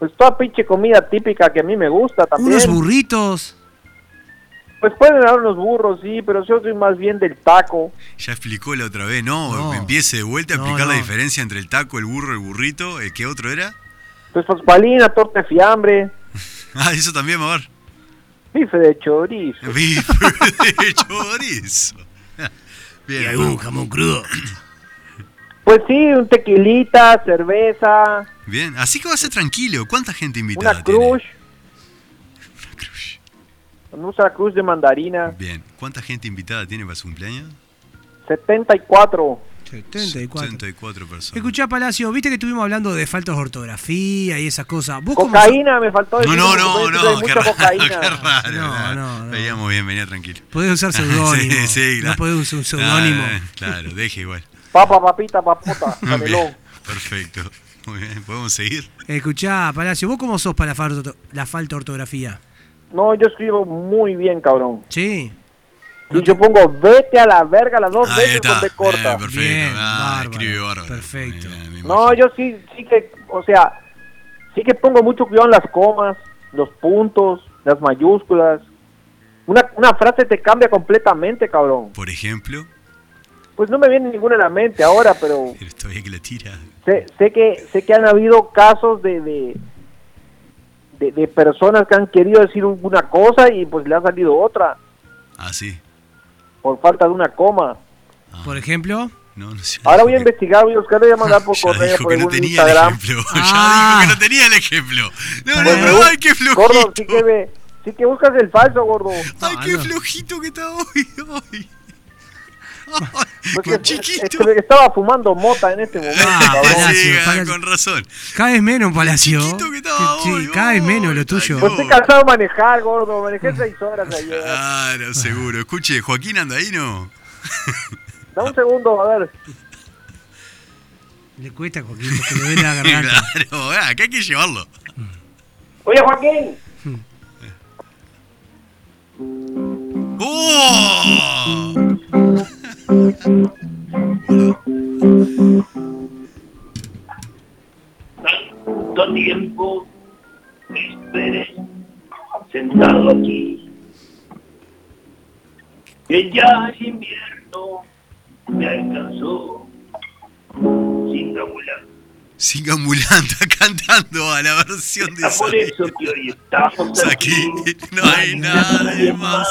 pues toda pinche comida típica que a mí me gusta también.
Unos burritos.
Pues pueden dar unos burros, sí, pero yo soy más bien del taco.
Ya explicó la otra vez, no,
No.
empiece de vuelta a
No,
explicar la
no.
diferencia entre el taco, el burro, el burrito, el que otro era.
Pues pascualina, torta de fiambre,
Ah, eso también, va a ver.
bife de chorizo.
Bife de chorizo. Bien.
jamón crudo.
Pues sí, un tequilita, cerveza,
Bien, así que va a ser tranquilo. ¿Cuánta gente invitada
una cruz,
tiene? Una crush.
una cruz de mandarina,
Bien, ¿cuánta gente invitada tiene para su cumpleaños?
74.
74.
74 personas.
Escuchá, Palacio, viste que estuvimos hablando de faltas de ortografía y esas cosas. ¿Vos cómo
Cocaína, me faltó
no,
decir.
no,
porque
no,
puede ser que hay
no, qué
mucha
raro,
cocaína.
qué raro.
No,
nada.
no, no.
Veíamos bien, venía tranquilo.
usás- Podés usar seudónimo.
Ah, Sí, sí, claro.
No podés usar un seudónimo.
Ah, claro, deje igual.
Papa, papita, papota,
Bien,
canelón.
perfecto. Muy bien, ¿podemos seguir?
Escuchá, Palacio, ¿vos cómo sos para la falta, la falta de ortografía?
No, yo escribo muy bien, cabrón.
Sí.
Y yo pongo vete a la verga las dos
Ahí
veces
está.
con B corta.
Eh, perfecto.
Bien,
ah,
bárbaro,
escribe bárbaro.
perfecto.
Eh, me
No,
imagino.
yo sí, sí que, o sea, sí que pongo mucho cuidado en las comas, los puntos, las mayúsculas. Una, una frase te cambia completamente, cabrón.
Por ejemplo,
Pues no me viene ninguna a la mente ahora, pero
Pero todavía que la tira.
sé, sé que sé que han habido casos de de, de- de personas que han querido decir una cosa y pues le ha salido otra
Ah, sí.
por falta de una coma.
Ah,
Por ejemplo,
no, no sé.
Ahora voy a
Porque-
investigar, voy a buscar, le voy a mandar por
Ya
correo,
dijo
por
que no
algún
tenía el
Instagram. Pues,
ejemplo.
Ah.
Ya dijo que no tenía el ejemplo. No, no,
Bueno,
no, ay, qué flojito.
Gordo, sí que, ve- sí que buscas el falso, gordo. Pues,
Ay,
Ah, No,
qué
no.
flojito que está hoy. Ay, ay
Pues
qué
que- es
chiquito.
que estaba fumando mota en este momento,
Ah,
cabrón.
pará. Palacio,
Sí, ah,
Palacio.
con razón.
cada vez menos, Palacio.
chiquito que estaba
Sí,
hoy,
cada vez
hoy,
menos lo
ay,
tuyo.
no.
Pues estoy cansado de manejar, gordo. Manejé seis horas ayer.
Claro, seguro. Escuche, Joaquín anda ahí, ¿no?
Da un segundo, a ver.
Le cuesta Joaquín, porque le duele la garganta.
Claro, ah, acá hay que llevarlo.
Oye, Joaquín.
¡Oh!
tanto tiempo me esperes sentado aquí. Que ya el invierno me alcanzó sin ambular.
Siga ambulando, cantando a la versión de
Es Ah, por
Sony.
eso que hoy estamos aquí.
Aquí no hay nadie más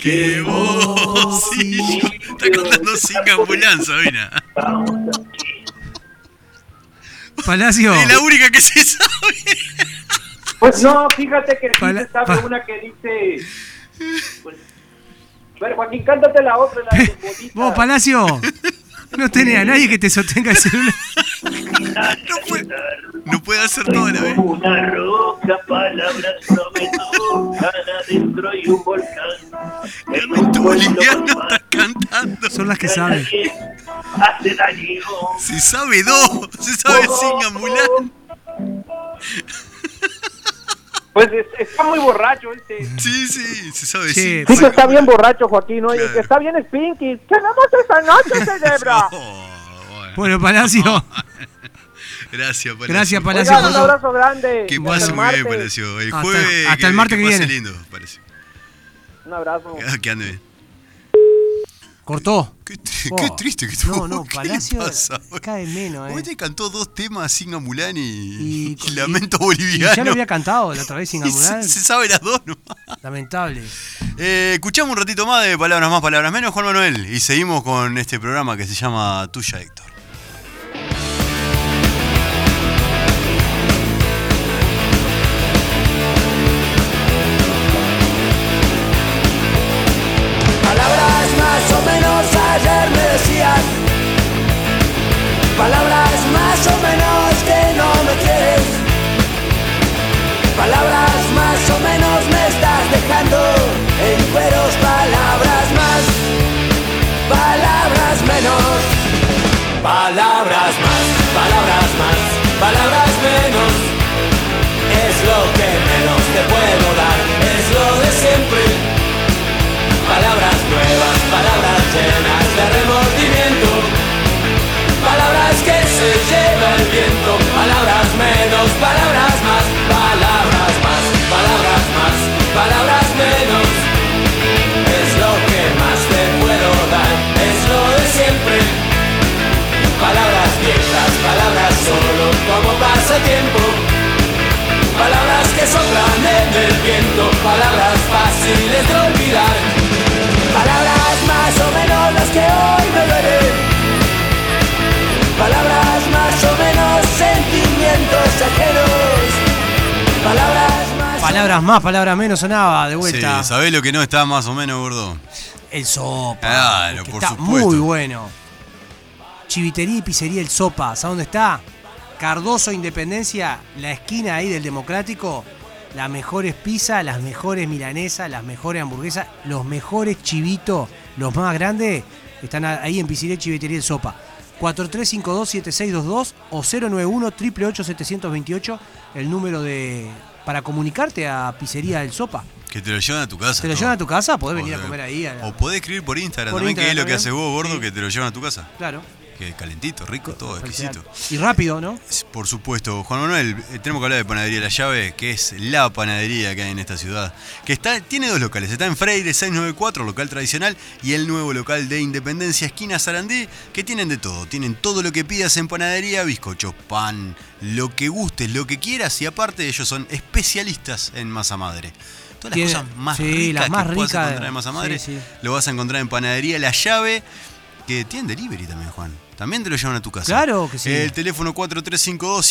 que vos y yo. Está cantando sin ambulanza, Sabina.
Estamos aquí.
Palacio.
Es la única que se sabe.
Pues no, fíjate que sí
Pala-
se sabe
pa-
una que dice.
pues, A ver, Joaquín, cántate la otra, la de bolita.
Vos, Palacio. No tenés a nadie que te sostenga el celular.
Ah, No eh. puede, no puede hacer todo a la vez.
Una roca, palabras prometuosadas adentro y un volcán. Es
Carmen
un pueblo
Boliviano está
más
cantando.
Son las que
que
saben.
nadie Hace daño.
Se sabe dos, se sabe sin ambulante.
Pues es- está muy borracho este.
Sí, sí, se sabe
Che,
sí.
Sí que está bien borracho, Joaquín. Oye,
Claro.
que está bien es Pinky. ¡Cenamos esta noche, celebra!
Oh,
Bueno, Palacio.
Gracias, Palacio.
Gracias,
Oigan,
Palacio. por
un
todo.
abrazo grande.
Que
Hasta
pase
el
muy bien,
martes.
Palacio. El
Hasta-
jueves.
hasta el martes que
pase
viene.
lindo, Palacio.
Un abrazo.
Ah, Que ande bien.
Cortó.
Qué, tri-
Oh.
qué triste que estuvo.
No, no,
¿Qué
Palacio
le pasa?
cae menos, eh.
Hoy te cantó dos temas sin Amulán y,
Y-
y Lamento
Y
Boliviano.
ya lo había cantado la otra vez sin
Y se,
ambular.
se sabe las dos nomás.
Lamentable.
Eh, escuchamos un ratito más de Palabras Más, Palabras Menos, Juan Manuel. Y seguimos con este programa que se llama Tuya, Héctor.
Palabras más o menos ayer me decías Palabras más o menos que no me quieres Palabras más o menos me estás dejando en cueros Palabras más, palabras menos Palabras más, palabras más, palabras menos Es lo que menos te puedo dar, es lo de siempre Palabras nuevas, palabras llenas de remordimiento. Palabras que se lleva el viento. Palabras menos, palabras más, palabras más, palabras más, palabras menos. Es lo que más te puedo dar, es lo de siempre. Palabras viejas, palabras solo como pasatiempo. Palabras que soplan en el viento, palabras fáciles de olvidar. Palabras más o menos las que hoy me duelen. Palabras más o menos sentimientos ajenos. Palabras más.
Palabras más, palabras menos sonaba de vuelta.
Sí, ¿Sabés lo que no está más o menos, gordo?
el sopa.
Claro,
que
por
está
supuesto.
muy bueno. Chivitería y pizzería El Sopa. ¿Sabes dónde está? Cardoso Independencia, la esquina ahí del Democrático. Las mejores pizzas, las mejores milanesas, las mejores hamburguesas, los mejores chivitos, los más grandes, están ahí en Pizzería y Chivitería El Sopa. 4352-7622 o 091-888-728, el número de para comunicarte a Pizzería El Sopa.
Que te lo llevan a tu casa.
Te lo
todo.
llevan a tu casa, podés
O
venir a
de-
comer ahí. a la-
O podés escribir por Instagram
Por
también, que es
Instagram
lo que
también.
haces vos, gordo,
Sí.
que te lo llevan a tu casa.
Claro.
Que que calentito, rico, todo exquisito.
Y rápido, ¿no?
Por supuesto, Juan Manuel, eh, tenemos que hablar de Panadería La Llave, que es la panadería que hay en esta ciudad, que está, tiene dos locales, está en Freire 694, local tradicional, y el nuevo local de Independencia, esquina Sarandí, que tienen de todo, tienen todo lo que pidas en panadería, bizcochos, pan, lo que gustes, lo que quieras, y aparte ellos son especialistas en masa madre. Todas las
Tiene-
cosas más
sí,
ricas
las más
que puedas
ricas de-
encontrar en masa madre,
sí, sí.
lo vas a encontrar en Panadería La Llave, que tiene delivery también, Juan. También te lo llevan a tu casa.
Claro que sí.
El teléfono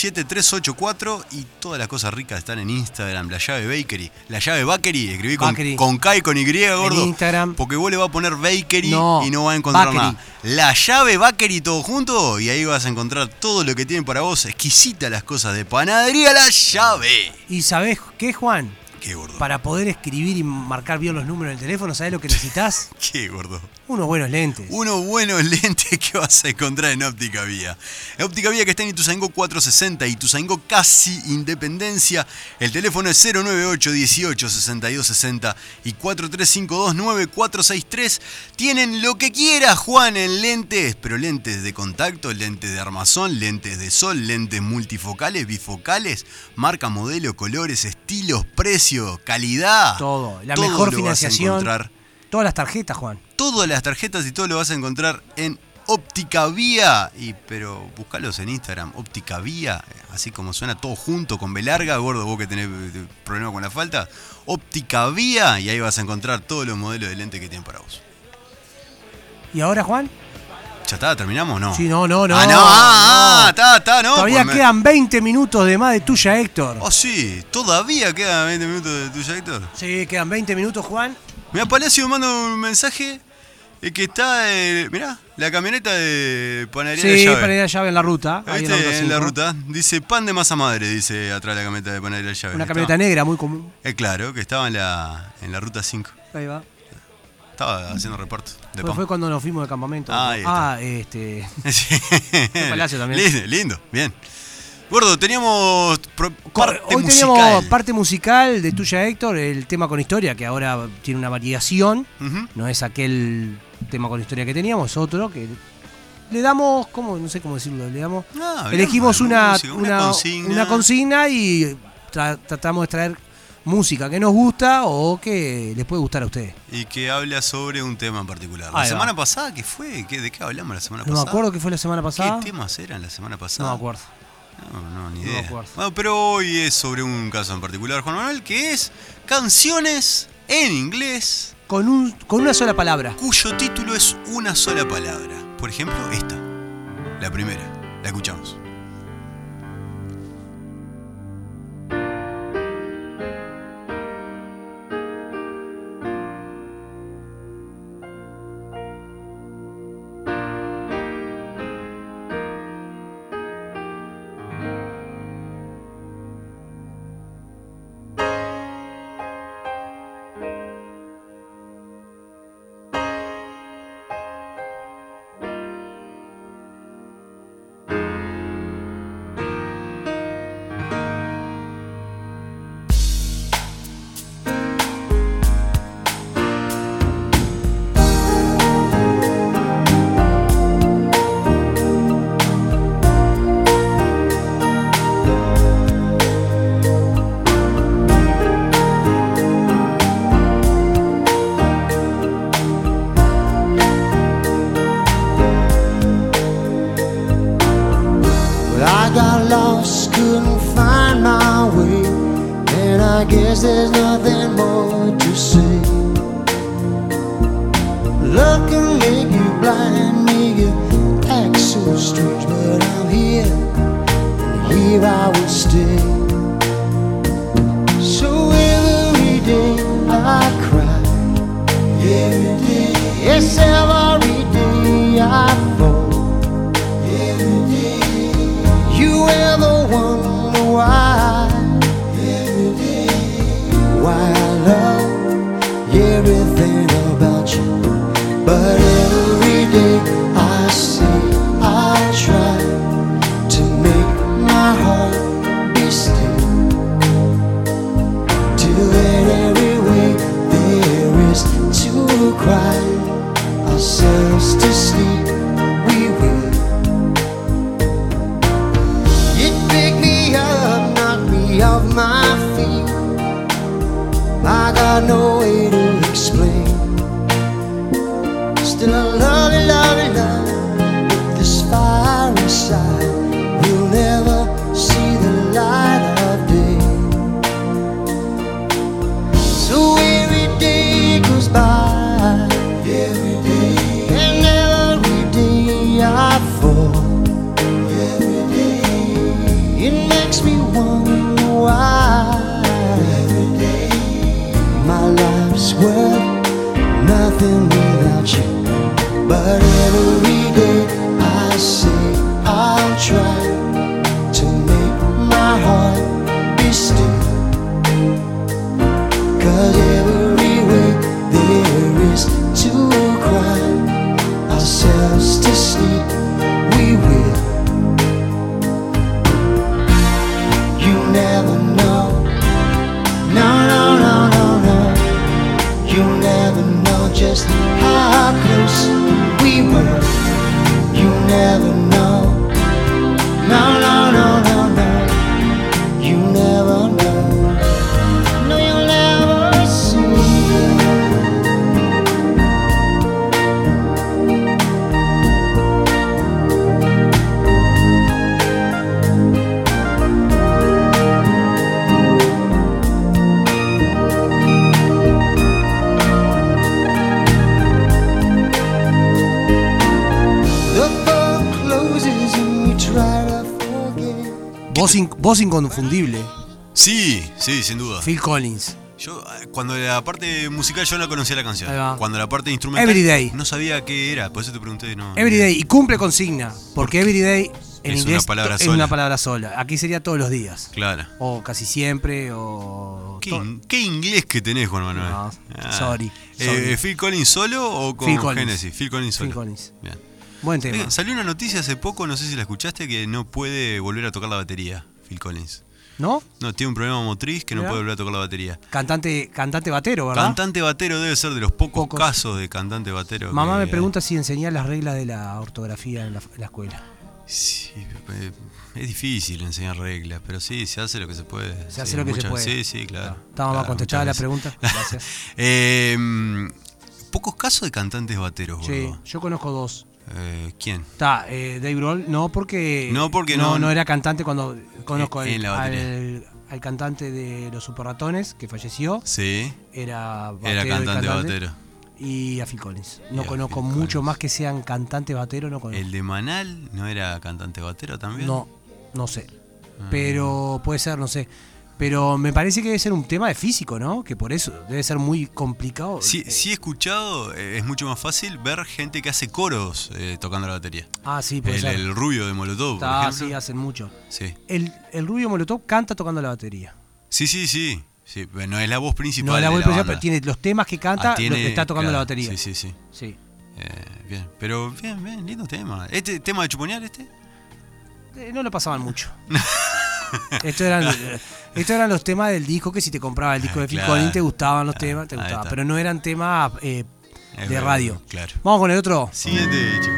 4352-7384 y todas las cosas ricas están en Instagram, la llave Bakery. La llave Bakery, escribí con,
Bakery.
con K y con Y, gordo.
Instagram.
Porque vos le vas a poner Bakery
No,
y no vas a encontrar
Bakery.
nada. La llave Bakery todo junto y ahí vas a encontrar todo lo que tienen para vos. Exquisita las cosas de panadería, la llave.
¿Y sabés qué, Juan?
Qué gordo.
Para poder escribir y marcar bien los números en el teléfono, ¿sabés lo que necesitas?
Qué gordo.
Unos buenos lentes.
Unos buenos lentes que vas a encontrar en Óptica Vía. Óptica Vía que está en Ituzaingó 460, Ituzaingó casi Independencia. El teléfono es 098 18 62 60 y 4352 9463. Tienen lo que quieras, Juan, en lentes, pero lentes de contacto, lentes de armazón, lentes de sol, lentes multifocales, bifocales, marca, modelo, colores, estilos, precio, calidad.
Todo. La
Todo
mejor
lo vas a
financiación.
encontrar.
Todas las tarjetas, Juan.
Todas las tarjetas y todo lo vas a encontrar en Óptica Vía. Y, pero buscalos en Instagram, Óptica Vía, así como suena todo junto con B larga, gordo, vos que tenés eh, problema con la falta. Óptica Vía, y ahí vas a encontrar todos los modelos de lente que tienen para vos.
¿Y ahora, Juan?
¿Ya está? ¿Terminamos o no?
Sí, no, no, no.
Ah, no, ah, ah,
no.
está, está, no.
Todavía
pues me-
quedan 20 minutos de más de tuya, Héctor.
Oh, sí, todavía quedan 20 minutos de tuya, Héctor.
Sí, quedan 20 minutos, Juan.
Mira, Palacio me manda un mensaje eh, que está, eh, mirá, la camioneta de Panadería de
Sí,
Llave.
para ir a llave en la ruta. ahí
¿Viste? En la
cinco.
ruta. Dice pan de masa madre, dice atrás la camioneta de panadería llave.
Una
Que
camioneta
estaba-
negra muy común.
Eh, claro, que estaba en la, en la ruta 5.
Ahí va.
Estaba haciendo reparto de
Fue,
pan.
fue cuando nos fuimos de campamento.
Ah, ahí está.
ah este.
Sí.
Palacio también.
Lindo, lindo, bien. Gordo, teníamos pro- parte
Hoy
musical.
teníamos parte musical de tuya, Héctor, el tema con historia, que ahora tiene una variación.
Ujú.
No es aquel tema con historia que teníamos, es otro que le damos, ¿cómo? no sé cómo decirlo, le damos.
Ah, bien,
elegimos
bueno,
una,
música, una
una-
consigna.
una consigna y tra- tratamos de traer música que nos gusta o que les puede gustar a ustedes.
Y que habla sobre un tema en particular. La
Ahí va.
semana pasada, ¿qué fue? ¿Qué- ¿De qué hablamos la semana
No me
pasada?
acuerdo que fue la semana pasada.
¿Qué temas eran la semana
No
pasada?
me acuerdo.
No, no, ni
No me
idea.
acuerdo.
Bueno, pero hoy es sobre un caso en particular, Juan Manuel, que es canciones en inglés
Con, un, con una sola palabra.
cuyo título es una sola palabra. Por ejemplo, esta. La primera. La escuchamos.
Well, I got lost, couldn't find my way, and I guess there's nothing more to say. Love can make you blind, make you act so strange, but I'm here, and here I will stay. So every day I cry, every day, yes, every day I fall. You were the one why Why I love everything about you But every day I see I try to make my heart be still Till in every way there is to cry Ourselves to sleep we will got no way to explain. Still, I love you, love you, love you. But This fire inside will never see the light of day. So every day goes by. Every day. And every day I fall. Every day. It makes me wonder why. Every day. My life's worth nothing without you. But every day I say I'll try to make my heart be still. Cause every way there is to cry ourselves to sleep, we will. You never know. No, no, no, no, no. You never know just how close we were. You never know. No, no, no, no, no. You never know. No, you'll never see. The door closes and we try to forget.
Voz, in- voz inconfundible,
Sí, sí, sin duda.
Phil Collins.
Yo, eh, cuando la parte musical, yo no conocía la canción.
Ahí va.
Cuando la parte instrumental.
Everyday.
No sabía qué era, por eso te pregunté. No,
Everyday, y cumple consigna, porque everyday en
Es una
inglés
palabra
es
sola.
una palabra sola. Aquí sería todos los días,
Claro.
o casi siempre, o...
¿Qué,
to-
in- qué inglés que tenés, Juan Manuel?
No, sorry,
Eh,
sorry.
¿Phil Collins solo o con
Phil Collins.
Genesis? Phil Collins solo.
Phil Collins.
Bien.
Buen tema.
Oigan, salió una noticia hace poco, no sé si la escuchaste, que no puede volver a tocar la batería, Phil Collins.
¿No?
No, tiene un problema motriz que no
Mirá.
puede volver a tocar la batería.
Cantante, cantante batero, ¿verdad?
Cantante batero debe ser de los pocos,
Pocos.
casos de cantante batero.
Mamá
que-
me pregunta si enseñaba las reglas de la ortografía en la, en la escuela.
Sí, eh, es difícil enseñar reglas, pero sí, se hace lo que se puede.
Se hace
Sí,
lo que se
muchas-
puede.
Sí, sí, claro.
Está, está, mamá,
Claro,
contestada
muchas
la
veces.
pregunta. Gracias.
Eh, mm, pocos casos de cantantes bateros,
Sí,
boludo.
yo conozco dos.
Eh, ¿Quién?
Está, eh, Dave Grohl, no porque...
No, porque
no,
no-
era cantante cuando conozco
En- en
al,
la batería.
al- al cantante de Los Superratones, que falleció.
Sí,
Era, batero
era
y
cantante batero.
Y a Phil Collins.
Y
No
a
conozco
Phil
mucho
Collins.
más que sean cantante batero, no conozco.
¿El de Manal no era cantante batero también?
No, no sé.
Ah,
Pero puede ser, no sé. Pero me parece que debe ser un tema de físico, ¿no? Que por eso debe ser muy complicado.
Sí,
Eh,
sí he escuchado, eh, es mucho más fácil ver gente que hace coros eh, tocando la batería.
Ah, sí, puede
El,
ser.
el rubio de Molotov,
Está,
por
sí,
ejemplo.
hacen mucho.
Sí,
El, el Rubio Molotov canta tocando la batería.
sí, sí, sí. sí, pero No es la voz principal.
No la
de
voy a
la
pensar,
banda.
pero tiene los temas que
Ah,
canta,
tiene-
lo- está tocando
claro,
la batería.
Sí, sí, sí.
Sí.
Eh, bien, pero bien, bien, lindo tema. ¿Este tema de chuponear este?
Eh, no lo pasaban mucho. Estos eran, estos eran los temas del disco que si te compraba el disco de Phil
Ah, Claro.
Collins te gustaban los temas, te
ahí
gustaban.
está.
Pero no eran temas eh,
Es
de
verdad,
radio.
claro.
Vamos con el otro.
Siguiente, este, chico.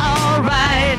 Alright.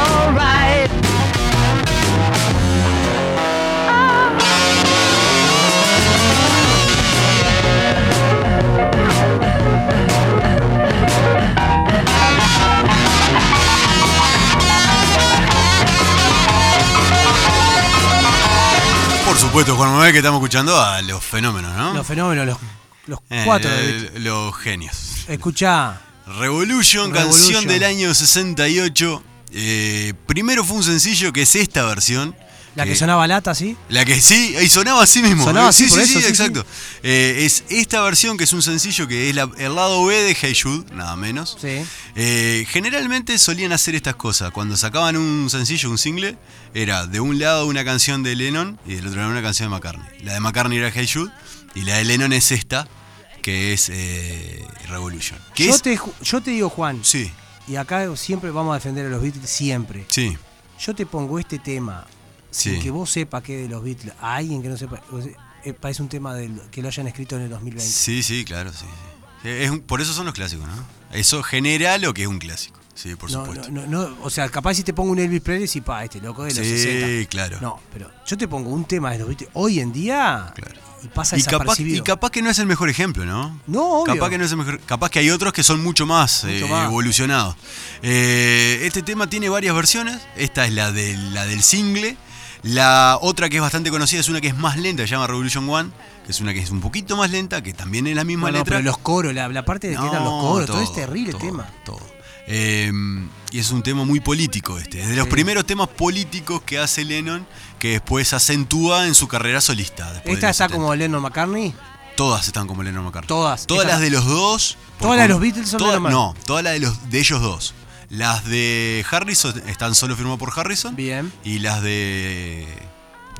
Alright.
Por supuesto, Juan Manuel, que estamos escuchando a los fenómenos, ¿no?
Los fenómenos, los, los
Eh,
cuatro.
eh, los genios.
Escucha,
Revolution, canción
Revolution.
del año 68. Eh, primero fue un sencillo que es esta versión.
la que
Eh,
sonaba lata, ¿sí?
La que sí, y sonaba así mismo. ¿eh?
Sonaba
sí,
así, por
sí,
eso,
sí,
sí,
exacto. Eh, es esta versión que es un sencillo que es la- el lado B de Hey Jude, nada menos.
Sí.
Eh, generalmente solían hacer estas cosas. Cuando sacaban un sencillo, un single, era de un lado una canción de Lennon y del otro lado una canción de McCartney. La de McCartney era Hey Jude y la de Lennon es esta, que es eh, Revolution. Que
Yo
es-
te, ju- yo te digo, Juan,
Sí,
y acá siempre vamos a defender a los Beatles, siempre.
sí,
Yo te pongo este tema,
sí.
sin que vos sepa que de los Beatles, a alguien que no sepa, vos decís, "Eh, parece un tema del- que lo hayan escrito en el 2020.
Sí, sí, claro, sí. sí. Es un- por eso son los clásicos, ¿no? Eso genera lo que es un clásico. Sí, por
No,
supuesto.
no, no, no, o sea, capaz si te pongo un Elvis Presley y pa, este loco de los
Sí,
60.
claro.
No, pero yo te pongo un tema de los Beatles hoy en día
Claro. Y
y pasa
capaz, y
desapercibido.
capaz que no es el mejor ejemplo, ¿no?
No, obvio.
Capaz que no es el mejor. Capaz que hay otros que son mucho más,
Mucho
eh,
más.
evolucionados. Eh, este tema tiene varias versiones. Esta es la, de, la del single. La otra que es bastante conocida es una que es más lenta, se llama Revolution One, que es una que es un poquito más lenta, que también es la
No,
misma
no,
letra.
pero los coros, la, la parte de que eran los coros, todo, es terrible
todo,
tema.
Todo. Eh, y es un tema muy político este. Es de los
Sí.
primeros temas políticos que hace Lennon, que después acentúa en su carrera solista. después de
Esta
los
está
70.
como Lennon McCartney.
Todas están como Lennon McCartney.
Todas.
Todas
Esta-
las de los dos. por
Todas las de
con-
los Beatles son
todas-
Lennon
No, todas las de, los, de ellos dos. Las de Harrison están solo firmadas por Harrison.
Bien.
Y las de.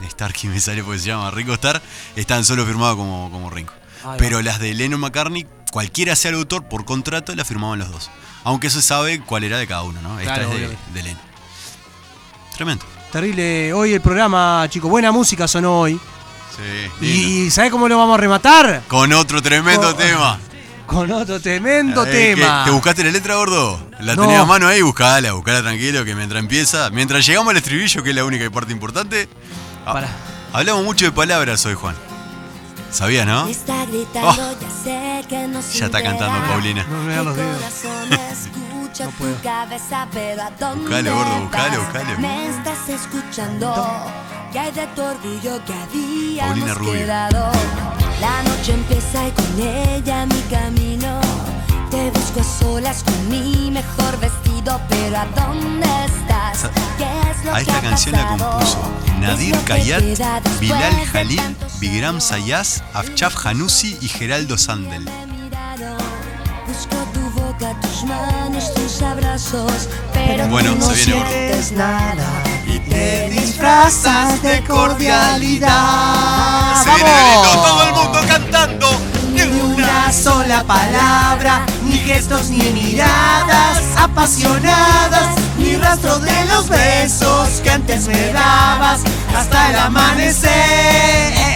de Starkey me sale porque se llama Ringo Starr. Están solo firmadas como, como Ringo.
Ahí va.
Pero las de Lennon McCartney, cualquiera sea el autor, por contrato las firmaban los dos. Aunque se sabe cuál era de cada uno, ¿no? Esta
Claro,
es de,
obvio.
de Lennon. Tremendo.
Terrible hoy el programa, chicos. Buena música sonó hoy.
Sí.
Y, ¿sabés cómo lo vamos a rematar?
Con otro tremendo
Con-
tema.
Con otro tremendo
Eh, ¿qué?
tema.
¿Te buscaste la letra, gordo? La
No.
tenías a mano ahí, buscala, buscala tranquilo, que mientras empieza. Mientras llegamos al estribillo, que es la única parte importante. ah,
Pará.
Hablamos mucho de palabras hoy, Juan. ¿Sabías, no?
Está gritando,
Oh.
ya sé que no
Ah. Ya está cantando Paulina.
No me vean los dedos.
corazón escucha
No puedo.
tu cabeza, pero ¿a dónde
Buscalo, gordo, buscalo,
vas?
buscalo.
Me estás escuchando. Que hay de tu orgullo que habíamos
Paulina Rubio.
quedado. La noche empieza y con ella mi camino. Te busco a solas con mi mejor vestido, pero ¿a dónde estás?
Sa-
¿Qué es lo
A
que
esta
ha
canción la
pasado?
compuso en Nadir Kayat, Bilal Jalil, Bigram Sayas, Afchaf Hanusi y Geraldo Sandel.
Busco tu boca, tus manos, tus abrazos, pero
Bueno,
tú no
se viene gordo.
sientes nada.
Y
te disfrazas de cordialidad.
Se viene Benito, todo
el mundo
cantando.
Ni una sola palabra, ni gestos, ni miradas apasionadas, ni rastro de los besos que antes me dabas hasta el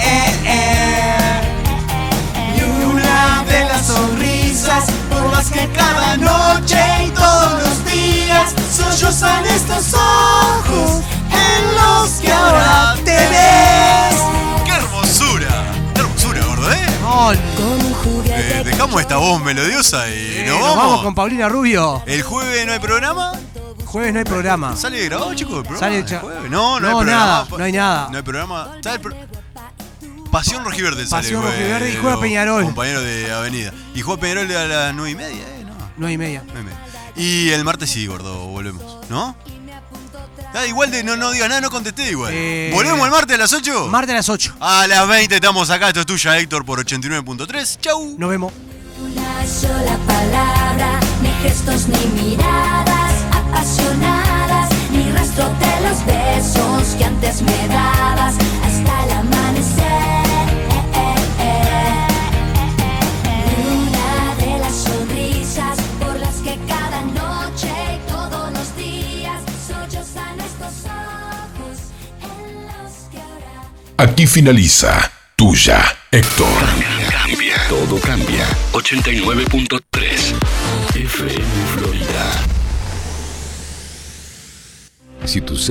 amanecer. Y una de las sonrisas por las que cada noche y todos los días sollozan estos ojos en los que ahora te ves.
¡Qué hermosura! ¡Qué hermosura, gordo, eh! Eh, dejamos esta voz melodiosa y nos
Nos
vamos.
vamos con Paulina Rubio.
¿El jueves no hay programa?
Jueves no hay programa.
¿Sale grabado, chicos? ¿El programa?
Sale
del
cha-
jueves? No, no, hay
No,
programa.
nada,
Pa-
no hay nada.
No hay programa. Sale el pro- Pasión Rojiverde sale.
Pasión
el jueves,
Rojiverde y
eh,
juega
los
Peñarol.
Compañeros de Avenida. Y juega Peñarol a las nueve y media, ¿eh? No,
No y media.
nueve y media. Y el martes sí, gordo, volvemos, ¿no? Ah, igual de no, no digas nada, no contesté igual.
Eh,
¿Volvemos el martes a las 8?
Martes a las 8.
A las 20 estamos acá, esto es tuya, Héctor, por 89.3. Chau.
Nos vemos.
Una sola palabra, ni gestos ni miradas apasionadas, ni rastro de los besos que antes me dabas hasta el amanecer. Ni Una de las sonrisas por las que cada noche y todos los días sollozan estos ojos en los que ahora.
Aquí finaliza Tuya, Héctor.
Cambia, todo cambia. 89.3 FM Florida.
Si tu